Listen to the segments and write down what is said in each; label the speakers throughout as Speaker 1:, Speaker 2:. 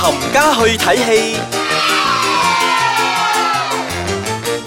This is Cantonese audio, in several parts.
Speaker 1: 冚家去睇戲，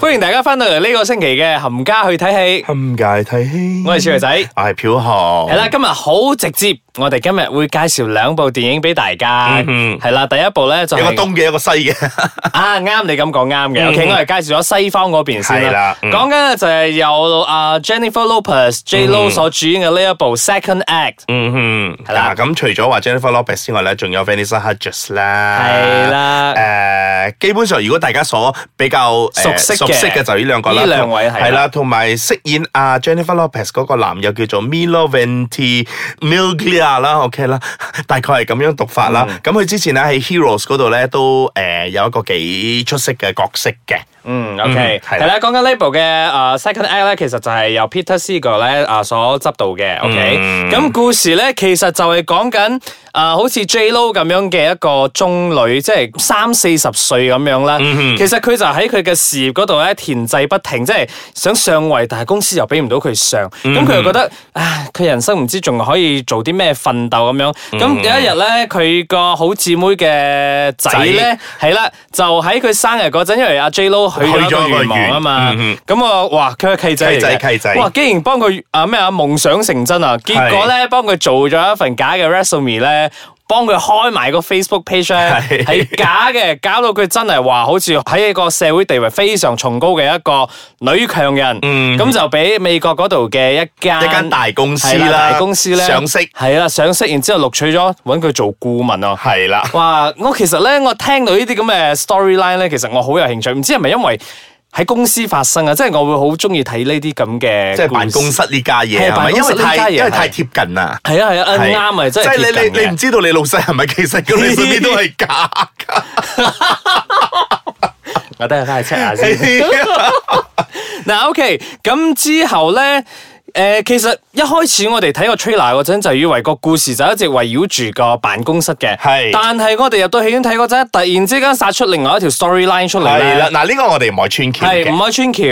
Speaker 2: 欢迎大家翻到嚟呢个星期嘅冚家去睇戏，
Speaker 3: 冚界睇戲，
Speaker 2: 我系小肥仔。
Speaker 3: 我係票航，
Speaker 2: 系啦，，今日好直接，我哋今日会介绍两部电影俾大家。
Speaker 3: 嗯
Speaker 2: 系啦，第一部咧就
Speaker 3: 有個
Speaker 2: 係
Speaker 3: 東嘅，有個西嘅，
Speaker 2: 啊，啱你咁講啱嘅。
Speaker 3: 嗯
Speaker 2: OK，我哋介紹咗西方嗰邊先
Speaker 3: 係
Speaker 2: 啦
Speaker 3: 啦。嗯
Speaker 2: 講緊嘅就係有啊 Jennifer Lopez、J Lo 所主演嘅呢一部 Second Act。
Speaker 3: 嗯哼，
Speaker 2: 係啦
Speaker 3: 嗱咁除咗話 Jennifer Lopez 之外咧，仲有 Vanessa Hudgens 啦，
Speaker 2: 係啦
Speaker 3: 誒，基本上如果大家所比較誒
Speaker 2: 熟悉嘅
Speaker 3: 熟悉嘅就呢兩個啦，
Speaker 2: 呢兩位係啦
Speaker 3: 係啦，同埋飾演阿 Jennifer Lopez 嗰個男友叫做 Milo Ventimiglia 啦，OK 啦，大概係咁樣讀法啦。咁佢之前咧喺 Heroes 嗰度咧都誒有一個幾出色嘅角色嘅，
Speaker 2: 嗯，OK，
Speaker 3: 嗯係
Speaker 2: 係
Speaker 3: 啦
Speaker 2: 啦。講緊呢部嘅啊 Second Act 咧，其實就係由 Peter Siegel 咧啊所執導嘅。OK，
Speaker 3: 嗯
Speaker 2: 咁故事咧其實就係講緊啊好似 J Lo 咁樣嘅一個中女，即係三四十歲咁樣啦。
Speaker 3: 嗯
Speaker 2: 其實佢就喺佢嘅事業嗰度咧填滯不停，即係想上位，但係公司又俾唔到佢上，
Speaker 3: 嗯
Speaker 2: 咁佢又覺得唉，佢人生唔知仲可以做啲咩奮鬥咁樣。
Speaker 3: 嗯
Speaker 2: 咁有一日咧，佢個好姊妹嘅仔咧，係啦，就喺佢生日嗰陣，因為阿 J Lo 去咗一
Speaker 3: 去咗
Speaker 2: 個
Speaker 3: 一個
Speaker 2: 願望啊嘛
Speaker 3: 願嗯，
Speaker 2: 咁我哇，佢係契仔嚟嘅
Speaker 3: 契仔契仔
Speaker 2: 哇，竟然幫佢啊咩啊夢想成真啊，結果咧幫佢做咗一份假嘅 resume 咧。幫佢開埋個 Facebook page 咧，
Speaker 3: 係
Speaker 2: 係假嘅，搞到佢真係話好似喺一個社會地位非常崇高嘅一個女強人，咁、
Speaker 3: 嗯
Speaker 2: 就俾美國嗰度嘅一間
Speaker 3: 一間大公司
Speaker 2: 係
Speaker 3: 啦，
Speaker 2: 大公司咧
Speaker 3: 上色，
Speaker 2: 係啦上色，然之後錄取咗揾佢做顧問啊。
Speaker 3: 係啦。
Speaker 2: 哇！我其實咧，我聽到呢啲咁嘅 storyline 咧，其實我好有興趣，唔知係咪因為喺公司發生啊，即係我會好中意睇呢啲咁嘅
Speaker 3: 即係辦公
Speaker 2: 室。
Speaker 3: 室呢家嘢
Speaker 2: 係啊
Speaker 3: 係咪？
Speaker 2: 辦公
Speaker 3: 因
Speaker 2: 室
Speaker 3: 為
Speaker 2: 呢家
Speaker 3: 太
Speaker 2: 嘢
Speaker 3: 因
Speaker 2: 係
Speaker 3: 為太貼近啦。
Speaker 2: 係啊係啊，啱啊，真係
Speaker 3: 即係
Speaker 2: 貼
Speaker 3: 你
Speaker 2: 近
Speaker 3: 你你
Speaker 2: 嘅
Speaker 3: 唔知道你老細係咪其實個 resume 都係假 㗎？
Speaker 2: 我等下翻去 check 下 先。嗱，OK，咁之後咧。誒、其實一開始我哋睇個 trailer 嗰陣，就以為個故事就一直圍繞住個辦公室嘅。
Speaker 3: 係
Speaker 2: 但係我哋入到戲院睇嗰陣，突然之間殺出另外一條 storyline 出嚟
Speaker 3: 係啦，
Speaker 2: 咧。
Speaker 3: 嗱呢個我哋唔可以穿橋
Speaker 2: 係唔
Speaker 3: 嘅，
Speaker 2: 可以穿橋，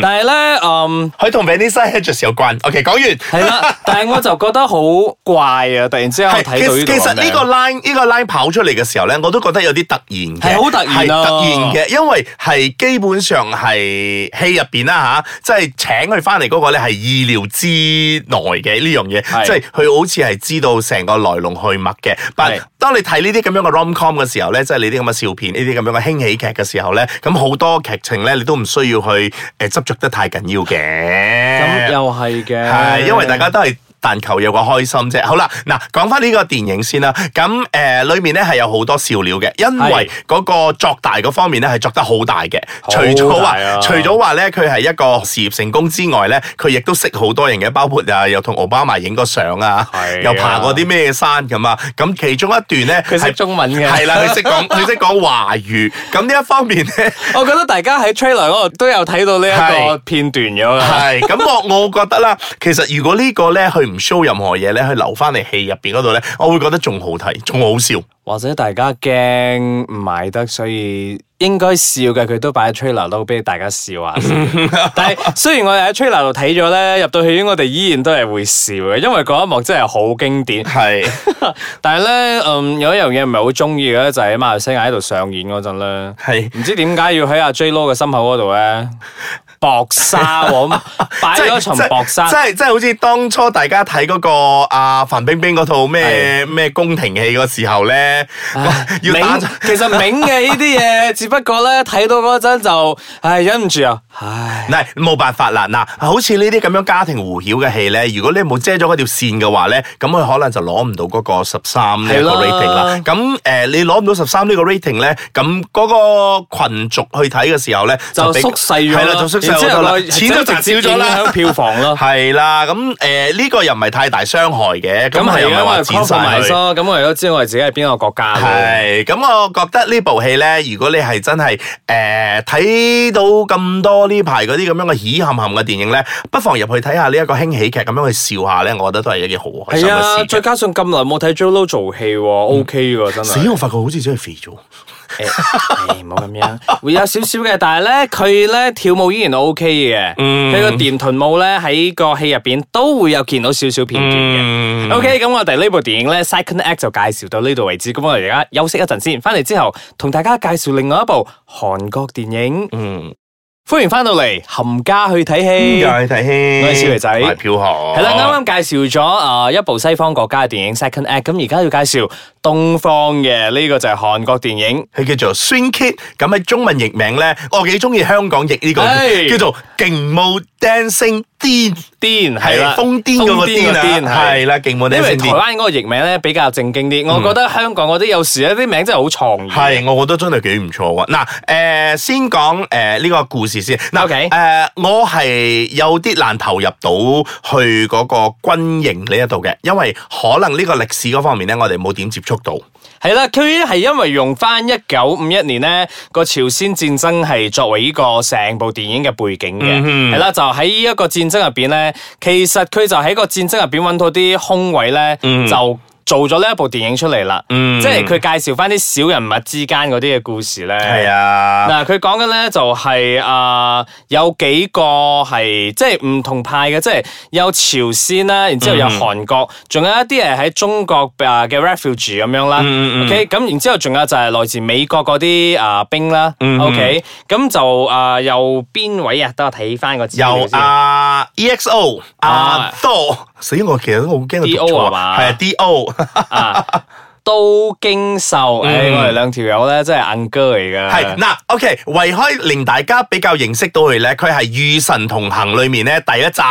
Speaker 2: 但係咧，嗯，
Speaker 3: 佢同 Vanessa Hedges 有關。OK，講完。
Speaker 2: 係 啦，但係我就覺得好怪啊！突然之間我
Speaker 3: 係
Speaker 2: 睇到呢
Speaker 3: 其
Speaker 2: 度
Speaker 3: 其實
Speaker 2: 咁
Speaker 3: 呢
Speaker 2: 樣
Speaker 3: 個 line 呢個 line 跑出嚟嘅時候咧，我都覺得有啲突然嘅，
Speaker 2: 係好突然啊
Speaker 3: 係突然嘅，因為係基本上係戲入邊啦吓，即係請佢翻嚟嗰個咧係意料之內嘅呢樣
Speaker 2: 係
Speaker 3: 嘢，即係佢好似係知道成個來龍去脈嘅。但
Speaker 2: 係
Speaker 3: 當你睇呢啲咁樣嘅 rom com 嘅時候咧，即係你啲咁嘅笑片、呢啲咁樣嘅輕喜劇嘅時候咧，咁好多劇情咧，你都唔需要去誒執着得太緊要嘅。
Speaker 2: 咁又係嘅，
Speaker 3: 係，因為大家都係。但求有個開心啫。好啦，嗱，講翻呢個電影先啦。咁誒、呃，裡面咧係有好多笑料嘅，因為嗰個作大嗰方面咧係作得好大嘅。
Speaker 2: 好
Speaker 3: 除咗話
Speaker 2: 大啊，
Speaker 3: 除咗話咧，佢係一個事業成功之外咧，佢亦都識好多人嘅，包括啊，又同奧巴馬影過相啊
Speaker 2: 係啊，
Speaker 3: 又爬過啲咩山咁啊。咁其中一段咧，
Speaker 2: 佢識
Speaker 3: 係
Speaker 2: 中文嘅，
Speaker 3: 係啦，佢識講佢識講華語。咁呢一方面咧。
Speaker 2: 我覺得大家喺 trailer 嗰度都有睇到呢一個
Speaker 3: 係
Speaker 2: 片段咗啦。
Speaker 3: 係，咁我我覺得啦，其實如果呢個咧，佢唔 show 任何嘢咧，佢留翻嚟戲入邊嗰度咧，我會覺得仲好睇，仲好笑。
Speaker 2: 或者大家驚唔買得，所以應該笑嘅佢都擺喺 trailer 度俾大家笑下先。 但係雖然我哋喺 trailer 度睇咗咧，入到戲院我哋依然都係會笑嘅，因為嗰一幕真係好經 典。
Speaker 3: 係，
Speaker 2: 但係咧，嗯，有一樣嘢唔係好中意嘅，就係喺馬來西亞喺度上演嗰陣咧，
Speaker 3: 係
Speaker 2: 唔知點解要喺阿 J Lo 嘅心口嗰度 咧薄紗喎，擺
Speaker 3: 即
Speaker 2: 咗
Speaker 3: 係
Speaker 2: 層
Speaker 3: 即係
Speaker 2: 薄
Speaker 3: 即
Speaker 2: 紗。
Speaker 3: 係即係好似當初大家睇嗰個阿范冰冰嗰套咩
Speaker 2: 係
Speaker 3: 咩宮廷戲嗰時候咧，哇 要打
Speaker 2: 明其實明嘅呢啲嘢，只不過咧睇到嗰陣就，唉忍唔住啊，唉。
Speaker 3: 嗱，冇辦法啦。嗱，好似呢啲咁樣家庭胡曉嘅戲咧，如果你冇遮咗嗰條線嘅話咧，咁佢可能就攞唔到嗰個十三呢一個
Speaker 2: 係啦
Speaker 3: rating 啦。咁誒、呃你攞唔到十三呢個 rating 咧，咁嗰個群族去睇嘅時候咧，
Speaker 2: 就
Speaker 3: 比
Speaker 2: 縮細咗啦
Speaker 3: 係啦，就縮細咗啦，
Speaker 2: 然之後
Speaker 3: 錢就賺
Speaker 2: 直接
Speaker 3: 少咗
Speaker 2: 影響
Speaker 3: 啦。
Speaker 2: 票房咯。
Speaker 3: 係啦，咁誒呢個又唔係太大傷害嘅， 咁
Speaker 2: 咁
Speaker 3: 佢
Speaker 2: 係啊
Speaker 3: 又唔
Speaker 2: 因為啊
Speaker 3: 係話剪晒
Speaker 2: 埋
Speaker 3: 佢。
Speaker 2: 咯，咁我哋都知我哋自己係邊啊個國家嘅。
Speaker 3: 係，啊咁我覺得呢部戲咧，如果你係真係誒睇到咁多呢排嗰啲咁樣嘅喜含含嘅電影咧，不妨入去睇下呢一個輕喜劇，咁樣去笑下咧，我覺得都係一件好開心
Speaker 2: 係
Speaker 3: 嘅
Speaker 2: 啊，
Speaker 3: 事嗯
Speaker 2: 再
Speaker 3: 嘅。
Speaker 2: 加上咁耐冇睇 J Lo 做戲喎，OK 喎，真
Speaker 3: 死！
Speaker 2: 係。
Speaker 3: 我發覺好似真係肥咗，
Speaker 2: 誒唔好咁樣，會有少少嘅，但係咧佢咧跳舞依然 O K 嘅，
Speaker 3: 嗯
Speaker 2: 佢個電臀舞咧喺個戲入邊都會有見到少少
Speaker 3: 嗯
Speaker 2: 片段嘅。O K，咁我哋呢部電影咧 Second Act 就介紹到呢度為止，咁我哋而家休息一陣先，翻嚟之後同大家介紹另外一部韓國電影。
Speaker 3: 嗯，
Speaker 2: 歡迎翻到嚟，冚家去睇戲。
Speaker 3: 又係睇戲，
Speaker 2: 我係小肥仔
Speaker 3: 買票河，
Speaker 2: 系啦，啱啱介紹咗啊一部西方國家嘅電影《Second Act》，咁而家要介紹東方嘅呢、個就係韓國電影。
Speaker 3: 佢叫做 Swing Kid，咁喺中文譯名咧，我幾中意香港譯呢、個
Speaker 2: 係
Speaker 3: 叫做勁舞 Dancing 癲，
Speaker 2: 癲係
Speaker 3: 係
Speaker 2: 啦，
Speaker 3: 啦，瘋癲嗰個
Speaker 2: 瘋
Speaker 3: 癲啊，係
Speaker 2: 係
Speaker 3: 啦，勁舞
Speaker 2: 因為
Speaker 3: Dancing
Speaker 2: 台
Speaker 3: 癲，
Speaker 2: 灣嗰個譯名咧比較正經啲，我覺得香港嗰啲有時咧啲名真係好創意。
Speaker 3: 係，我覺得真係幾唔錯喎。嗱，誒、先講誒呢個故事先。嗱，誒
Speaker 2: OK
Speaker 3: 我係有啲難投入到去嗰個軍營呢一度嘅，因為可能呢個歷史嗰方面咧，我哋冇點接觸到。
Speaker 2: 係啦，佢係因為用翻一九五一年呢個朝鮮戰爭係作為呢個成部電影嘅背景嘅，係啦、就喺呢一個戰爭入邊咧，其實佢就喺個戰爭入邊揾到啲空位咧，就。做咗呢一部電影出嚟啦，
Speaker 3: 嗯
Speaker 2: 即係佢介紹翻啲小人物之間嗰啲嘅故事咧。
Speaker 3: 係啊。
Speaker 2: 嗱，佢講緊咧就係、啊、有幾個係即係唔同派嘅，即係有朝鮮啦，然之後有
Speaker 3: 嗯
Speaker 2: 韓國，仲、有一啲係喺中國啊嘅 refugee 咁樣
Speaker 3: 嗯
Speaker 2: 啦。OK，咁然之後仲有就係來自美國嗰啲啊兵啦。OK，咁
Speaker 3: 嗯
Speaker 2: 就啊有邊位啊？等我睇翻個資料
Speaker 3: 由
Speaker 2: 先。
Speaker 3: 啊 EXO 啊
Speaker 2: 啊
Speaker 3: Do 死我，其實都好驚佢
Speaker 2: DO
Speaker 3: 讀錯
Speaker 2: 係嘛
Speaker 3: 係啊 DO
Speaker 2: 啊，都經秀，誒、我哋兩條友咧真係硬哥嚟㗎。
Speaker 3: 嗯係嗱 OK，為開令大家比較認識到佢咧，佢係《與神同行》裏面咧第一集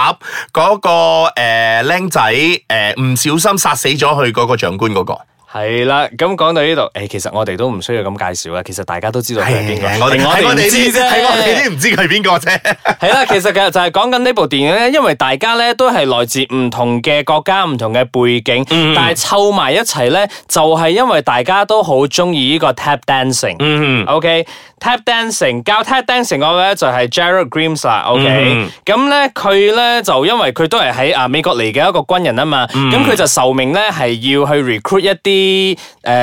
Speaker 3: 嗰、個誒僆仔誒唔小心殺死咗佢嗰個長官嗰、個。
Speaker 2: 系啦，咁講到呢度，诶，其實我哋都唔需要咁介紹啦，其實大家都知道佢係邊
Speaker 3: 係
Speaker 2: 個，
Speaker 3: 我哋
Speaker 2: 定
Speaker 3: 係
Speaker 2: 我
Speaker 3: 我
Speaker 2: 哋唔
Speaker 3: 哋
Speaker 2: 知
Speaker 3: 啲
Speaker 2: 啫，
Speaker 3: 係我哋啲唔知佢係邊個啫。
Speaker 2: 係啦，其實嘅就係講緊呢部電影咧，因為大家咧都係來自唔同嘅國家、唔同嘅背景，
Speaker 3: 嗯
Speaker 2: 但係湊埋一齊咧，就係因為大家都好中意呢個 tap dancing。
Speaker 3: 嗯
Speaker 2: OK，tap dancing 教 tap dancing 嗰位咧就係 Jared Grimes 啦。OK，咁
Speaker 3: 嗯
Speaker 2: 咧佢咧就因為佢都係喺啊美國嚟嘅一個軍人啊嘛，
Speaker 3: 嗯
Speaker 2: 咁佢就受命咧係要去 recruit 一啲誒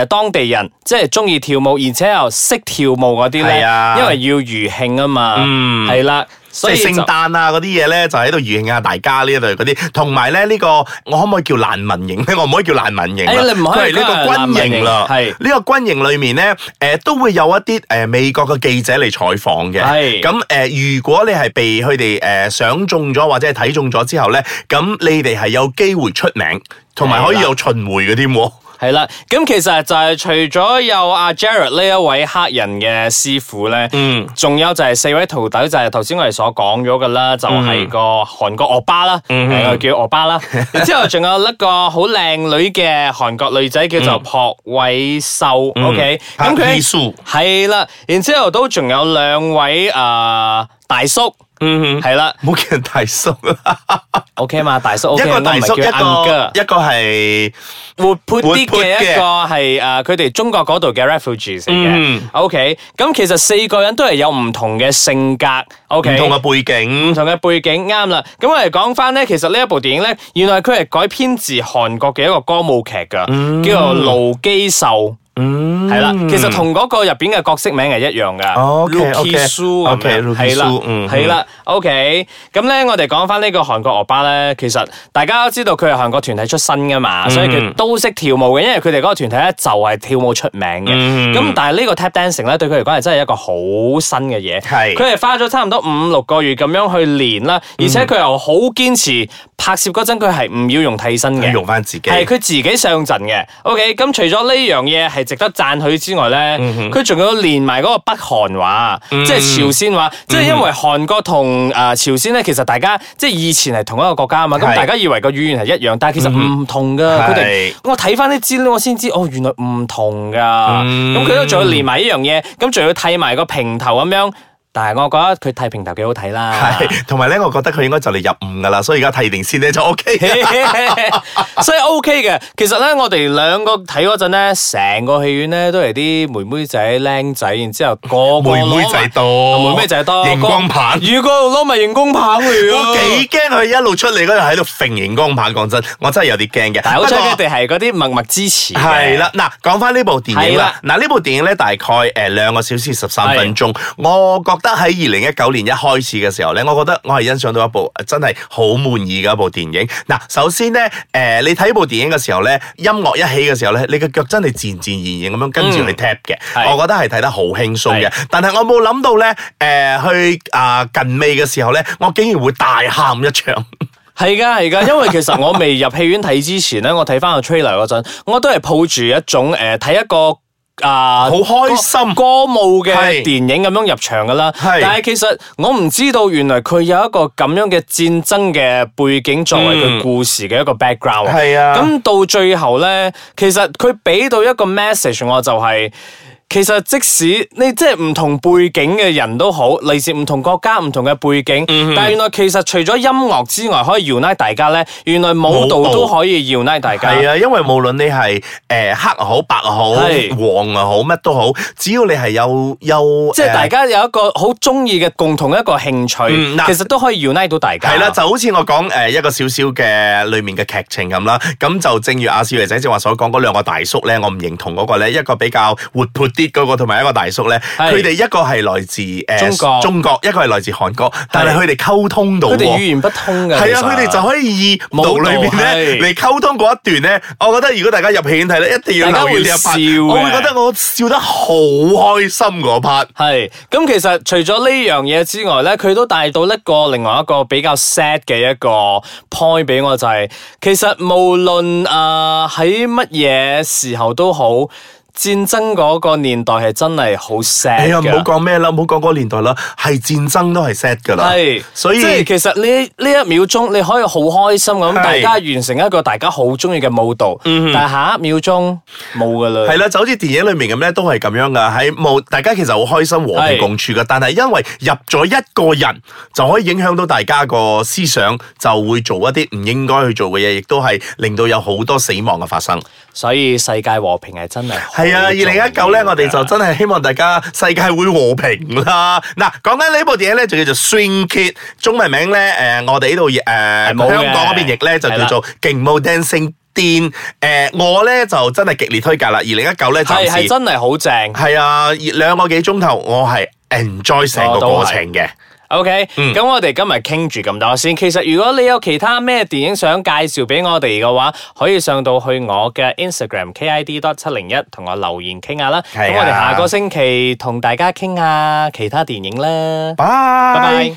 Speaker 2: 當地人，即係中意跳舞而且又識跳舞嗰啲咧
Speaker 3: 係啊，
Speaker 2: 因為要餘慶啊嘛，係啦，
Speaker 3: 即
Speaker 2: 所以
Speaker 3: 係
Speaker 2: 就
Speaker 3: 聖誕啊嗰啲嘢咧，就喺度預慶下大家呢一類嗰啲，同埋咧呢個我可唔可以叫難民營咧？我唔可以叫難民營啦，
Speaker 2: 誒你唔可
Speaker 3: 佢
Speaker 2: 以
Speaker 3: 係呢個軍營啦。
Speaker 2: 係
Speaker 3: 呢個軍營裏面咧，誒、都會有一啲誒、美國嘅記者嚟採訪嘅。
Speaker 2: 係
Speaker 3: 咁誒、如果你係被佢哋誒想中咗或者係睇中咗之後咧，咁你哋係有機會出名，同埋可以有巡迴嗰啲喎。
Speaker 2: 係啦，咁其實就係除咗有阿 Jared 呢一位黑人嘅師傅咧，
Speaker 3: 嗯，
Speaker 2: 仲有就係四位徒弟，就係頭先我哋所講咗嘅啦，就係、個韓國惡霸啦，係我叫惡霸 啦，然之後仲有一個好靚女嘅韓國女仔叫做朴偉秀，OK，咁
Speaker 3: 黑衣
Speaker 2: 佢
Speaker 3: 蘇
Speaker 2: 係啦，然之後都仲有兩位啊、大叔，
Speaker 3: 嗯，
Speaker 2: 係啦
Speaker 3: 唔好叫人大叔啦，
Speaker 2: ，OK 嘛，大叔
Speaker 3: 一
Speaker 2: OK，
Speaker 3: 個大 叔，
Speaker 2: 我唔係
Speaker 3: 一
Speaker 2: 叫 uncle
Speaker 3: 個一個係。
Speaker 2: 活潑啲
Speaker 3: 活潑
Speaker 2: 嘅
Speaker 3: 嘅
Speaker 2: 一個係誒佢哋中國嗰度嘅 refugees 嚟嘅
Speaker 3: 嗯。
Speaker 2: OK，咁其實四個人都係有唔同嘅性格。OK，
Speaker 3: 唔同嘅背景
Speaker 2: 唔，同嘅背景啱啦。咁我哋講翻咧，其實呢一部電影咧，原來佢係改編自韓國嘅一個歌舞劇噶，叫做《盧基秀》。
Speaker 3: 嗯，
Speaker 2: 係啦，其實同嗰個入邊嘅角色名係一樣噶
Speaker 3: 哦，OK，
Speaker 2: ，Lucky
Speaker 3: OK，
Speaker 2: Su 咁
Speaker 3: OK，
Speaker 2: 樣
Speaker 3: Lucky
Speaker 2: 係啦
Speaker 3: Su，嗯，
Speaker 2: 係啦，OK。咁咧，我哋講翻呢個韓國歐巴咧，其實大家都知道佢係韓國團體出身噶
Speaker 3: 嗯
Speaker 2: 嘛，所以佢都識跳舞嘅，因為佢哋嗰個團體咧就係跳舞出名
Speaker 3: 嗯
Speaker 2: 嘅。咁但係呢個 tap dancing 咧對佢嚟講係真係一個好新嘅嘢，
Speaker 3: 係
Speaker 2: 佢係花咗差唔多五六個月咁樣去練啦，而且佢又好堅持拍攝嗰陣佢係唔要用替身嘅。
Speaker 3: 用翻自己，
Speaker 2: 係佢自己上陣嘅。OK，咁除咗呢樣嘢係值得讚許之外咧，
Speaker 3: 嗯
Speaker 2: 佢仲、要練埋嗰個北韓話，即係朝鮮
Speaker 3: 嗯
Speaker 2: 話。即係因為韓國同誒、呃朝鮮咧，其實大家即係以前係同一個國家啊嘛，咁
Speaker 3: 係嗯
Speaker 2: 大家以為個語言係一樣，但係其實唔同噶。佢哋、
Speaker 3: 係
Speaker 2: 我睇翻啲資料，我先知哦，原來唔同噶。
Speaker 3: 嗯
Speaker 2: 咁佢都仲要練埋呢樣嘢，咁仲要剃埋個平頭咁樣。但係我覺得佢剃平頭幾好睇啦。
Speaker 3: 系，同埋咧，我覺得佢應該就嚟入伍噶啦，所以而家睇定先咧就 O K。
Speaker 2: 所以 OK 嘅，其實咧我哋兩個睇嗰陣咧，成個戲院咧都係啲妹妹仔、僆仔，然之後個個
Speaker 3: 妹妹
Speaker 2: 攞埋
Speaker 3: 仔多，
Speaker 2: 啊妹妹仔多，
Speaker 3: 荧光棒。
Speaker 2: 如果攞埋熒光棒嚟㗎
Speaker 3: 我幾驚佢一路出嚟嗰陣喺度揈荧光棒，講真，我真係有啲驚嘅。
Speaker 2: 但係好彩
Speaker 3: 不過
Speaker 2: 佢哋係嗰啲默默支持嘅
Speaker 3: 係啦，嗱，講翻呢部電影啦，嗱呢部電影咧大概誒兩個小時十三分鐘，我覺得喺二零一九年一開始嘅時候咧，我覺得我係欣賞到一部呃真係好滿意嘅一部電影。嗱，首先咧誒、呃你睇部電影嘅時候咧，音樂一起嘅時候咧，你嘅腳真係自然自然然咁樣跟住你 tap 嘅，
Speaker 2: 嗯係
Speaker 3: 我覺得係睇得好輕鬆嘅
Speaker 2: 係。
Speaker 3: 但係我冇諗到咧誒、呃去啊、近尾嘅時候咧，我竟然會大喊一場。
Speaker 2: 係噶係噶，因為其實我未入戲院睇之前咧，我睇翻個 trailer 嗰陣，我都係抱住一種诶睇、一個啊
Speaker 3: 好開
Speaker 2: 歌
Speaker 3: 心
Speaker 2: 歌舞嘅
Speaker 3: 係
Speaker 2: 電影咁樣入場噶啦。
Speaker 3: 係
Speaker 2: 但係其實我唔知道原來佢有一個咁樣嘅戰爭嘅背景作為
Speaker 3: 嗯
Speaker 2: 佢故事嘅一個 background 啊。
Speaker 3: 係啊
Speaker 2: 咁到最後咧，其實佢俾到一個 message 我就係，其實即使你即係唔同背景嘅人都好，嚟自唔同國家、唔同嘅背景，
Speaker 3: 嗯
Speaker 2: 但係原來其實除咗音樂之外，可以 unite 大家咧，原來舞蹈
Speaker 3: 舞蹈
Speaker 2: 都可以 unite 大家。
Speaker 3: 係啊，因為無論你係诶黑又好、白又好、
Speaker 2: 係
Speaker 3: 黃又好，乜都好，只要你係有有
Speaker 2: 即係大
Speaker 3: 誒
Speaker 2: 家有一個好中意嘅共同一個興趣，
Speaker 3: 嗯嗱
Speaker 2: 其實都可以 unite 到大家。
Speaker 3: 係啦，就好似我講誒一個少少嘅裏面嘅劇情咁啦，咁就正如阿少爺仔正話所講，嗰兩個大叔咧，我唔認同嗰個咧，一個比較活潑啲嗰個，同埋一個大叔咧，
Speaker 2: 係
Speaker 3: 佢哋一個係來自誒
Speaker 2: 中國
Speaker 3: 中國一個係來自韓國，但係
Speaker 2: 係
Speaker 3: 佢哋溝通到
Speaker 2: 佢哋
Speaker 3: 喎
Speaker 2: 語言不通嘅。
Speaker 3: 係啊，
Speaker 2: 其實
Speaker 3: 佢哋就可以以舞蹈裏邊咧
Speaker 2: 舞蹈
Speaker 3: 嚟溝通嗰一段咧，我覺得如果大家入戲院睇咧，一定要
Speaker 2: 大家
Speaker 3: 留意呢一
Speaker 2: 會
Speaker 3: part，
Speaker 2: 笑
Speaker 3: 我會
Speaker 2: 嘅
Speaker 3: 覺得我笑得好開心嗰 part。
Speaker 2: 系，咁其實除咗呢樣嘢之外咧，佢都帶到一個另外一個比較 sad 嘅一個 point 俾我，就係其實無論啊喺乜嘢時候都好，戰爭嗰個年代係真係好 sad
Speaker 3: 哎呀，唔好
Speaker 2: 嘅
Speaker 3: 講咩啦，唔好講嗰個年代啦，係戰爭都係 sad 噶啦。
Speaker 2: 係，
Speaker 3: 所以
Speaker 2: 即係其實呢呢一秒鐘，你可以好開心咁，
Speaker 3: 係嗯
Speaker 2: 大家完成一個大家好中意嘅舞蹈，但係下一秒鐘冇噶啦
Speaker 3: 係。啦，就好似電影裏面咁咧，都係咁樣噶。喺冇大家其實好開心和平
Speaker 2: 係
Speaker 3: 共處噶，但係因為入咗一個人，就可以影響到大家個思想，就會做一啲唔應該去做嘅嘢，亦都係令到有好多死亡嘅發生。
Speaker 2: 所以世界和平係真係好
Speaker 3: 係啊，二零
Speaker 2: 重要
Speaker 3: 一九咧，我哋
Speaker 2: 㗎
Speaker 3: 就真係希望大家世界會和平啦。嗱，講緊呢部電影咧，就叫做《Swing Kid》，中文名咧，誒、我哋呢度誒呃
Speaker 2: 冇嘅
Speaker 3: 香港嗰邊譯咧就叫做《勁舞 Dancing Dean》。誒，我咧就真係極力推介啦。二零一九咧暫
Speaker 2: 係係
Speaker 3: 時
Speaker 2: 真係好正。
Speaker 3: 係啊，兩個幾鐘頭，我係 enjoy 成個
Speaker 2: 我都係
Speaker 3: 過程嘅。
Speaker 2: OK，
Speaker 3: 嗯
Speaker 2: 咁、我哋今日傾住咁多先。其實如果你有其他咩電影想介紹俾我哋嘅話，可以上到去我嘅 Instagram KID dot 七零一同我留言傾下啦。咁、
Speaker 3: 係啊
Speaker 2: 我哋下個星期同大家傾下其他電影啦。
Speaker 3: 拜
Speaker 2: 拜拜。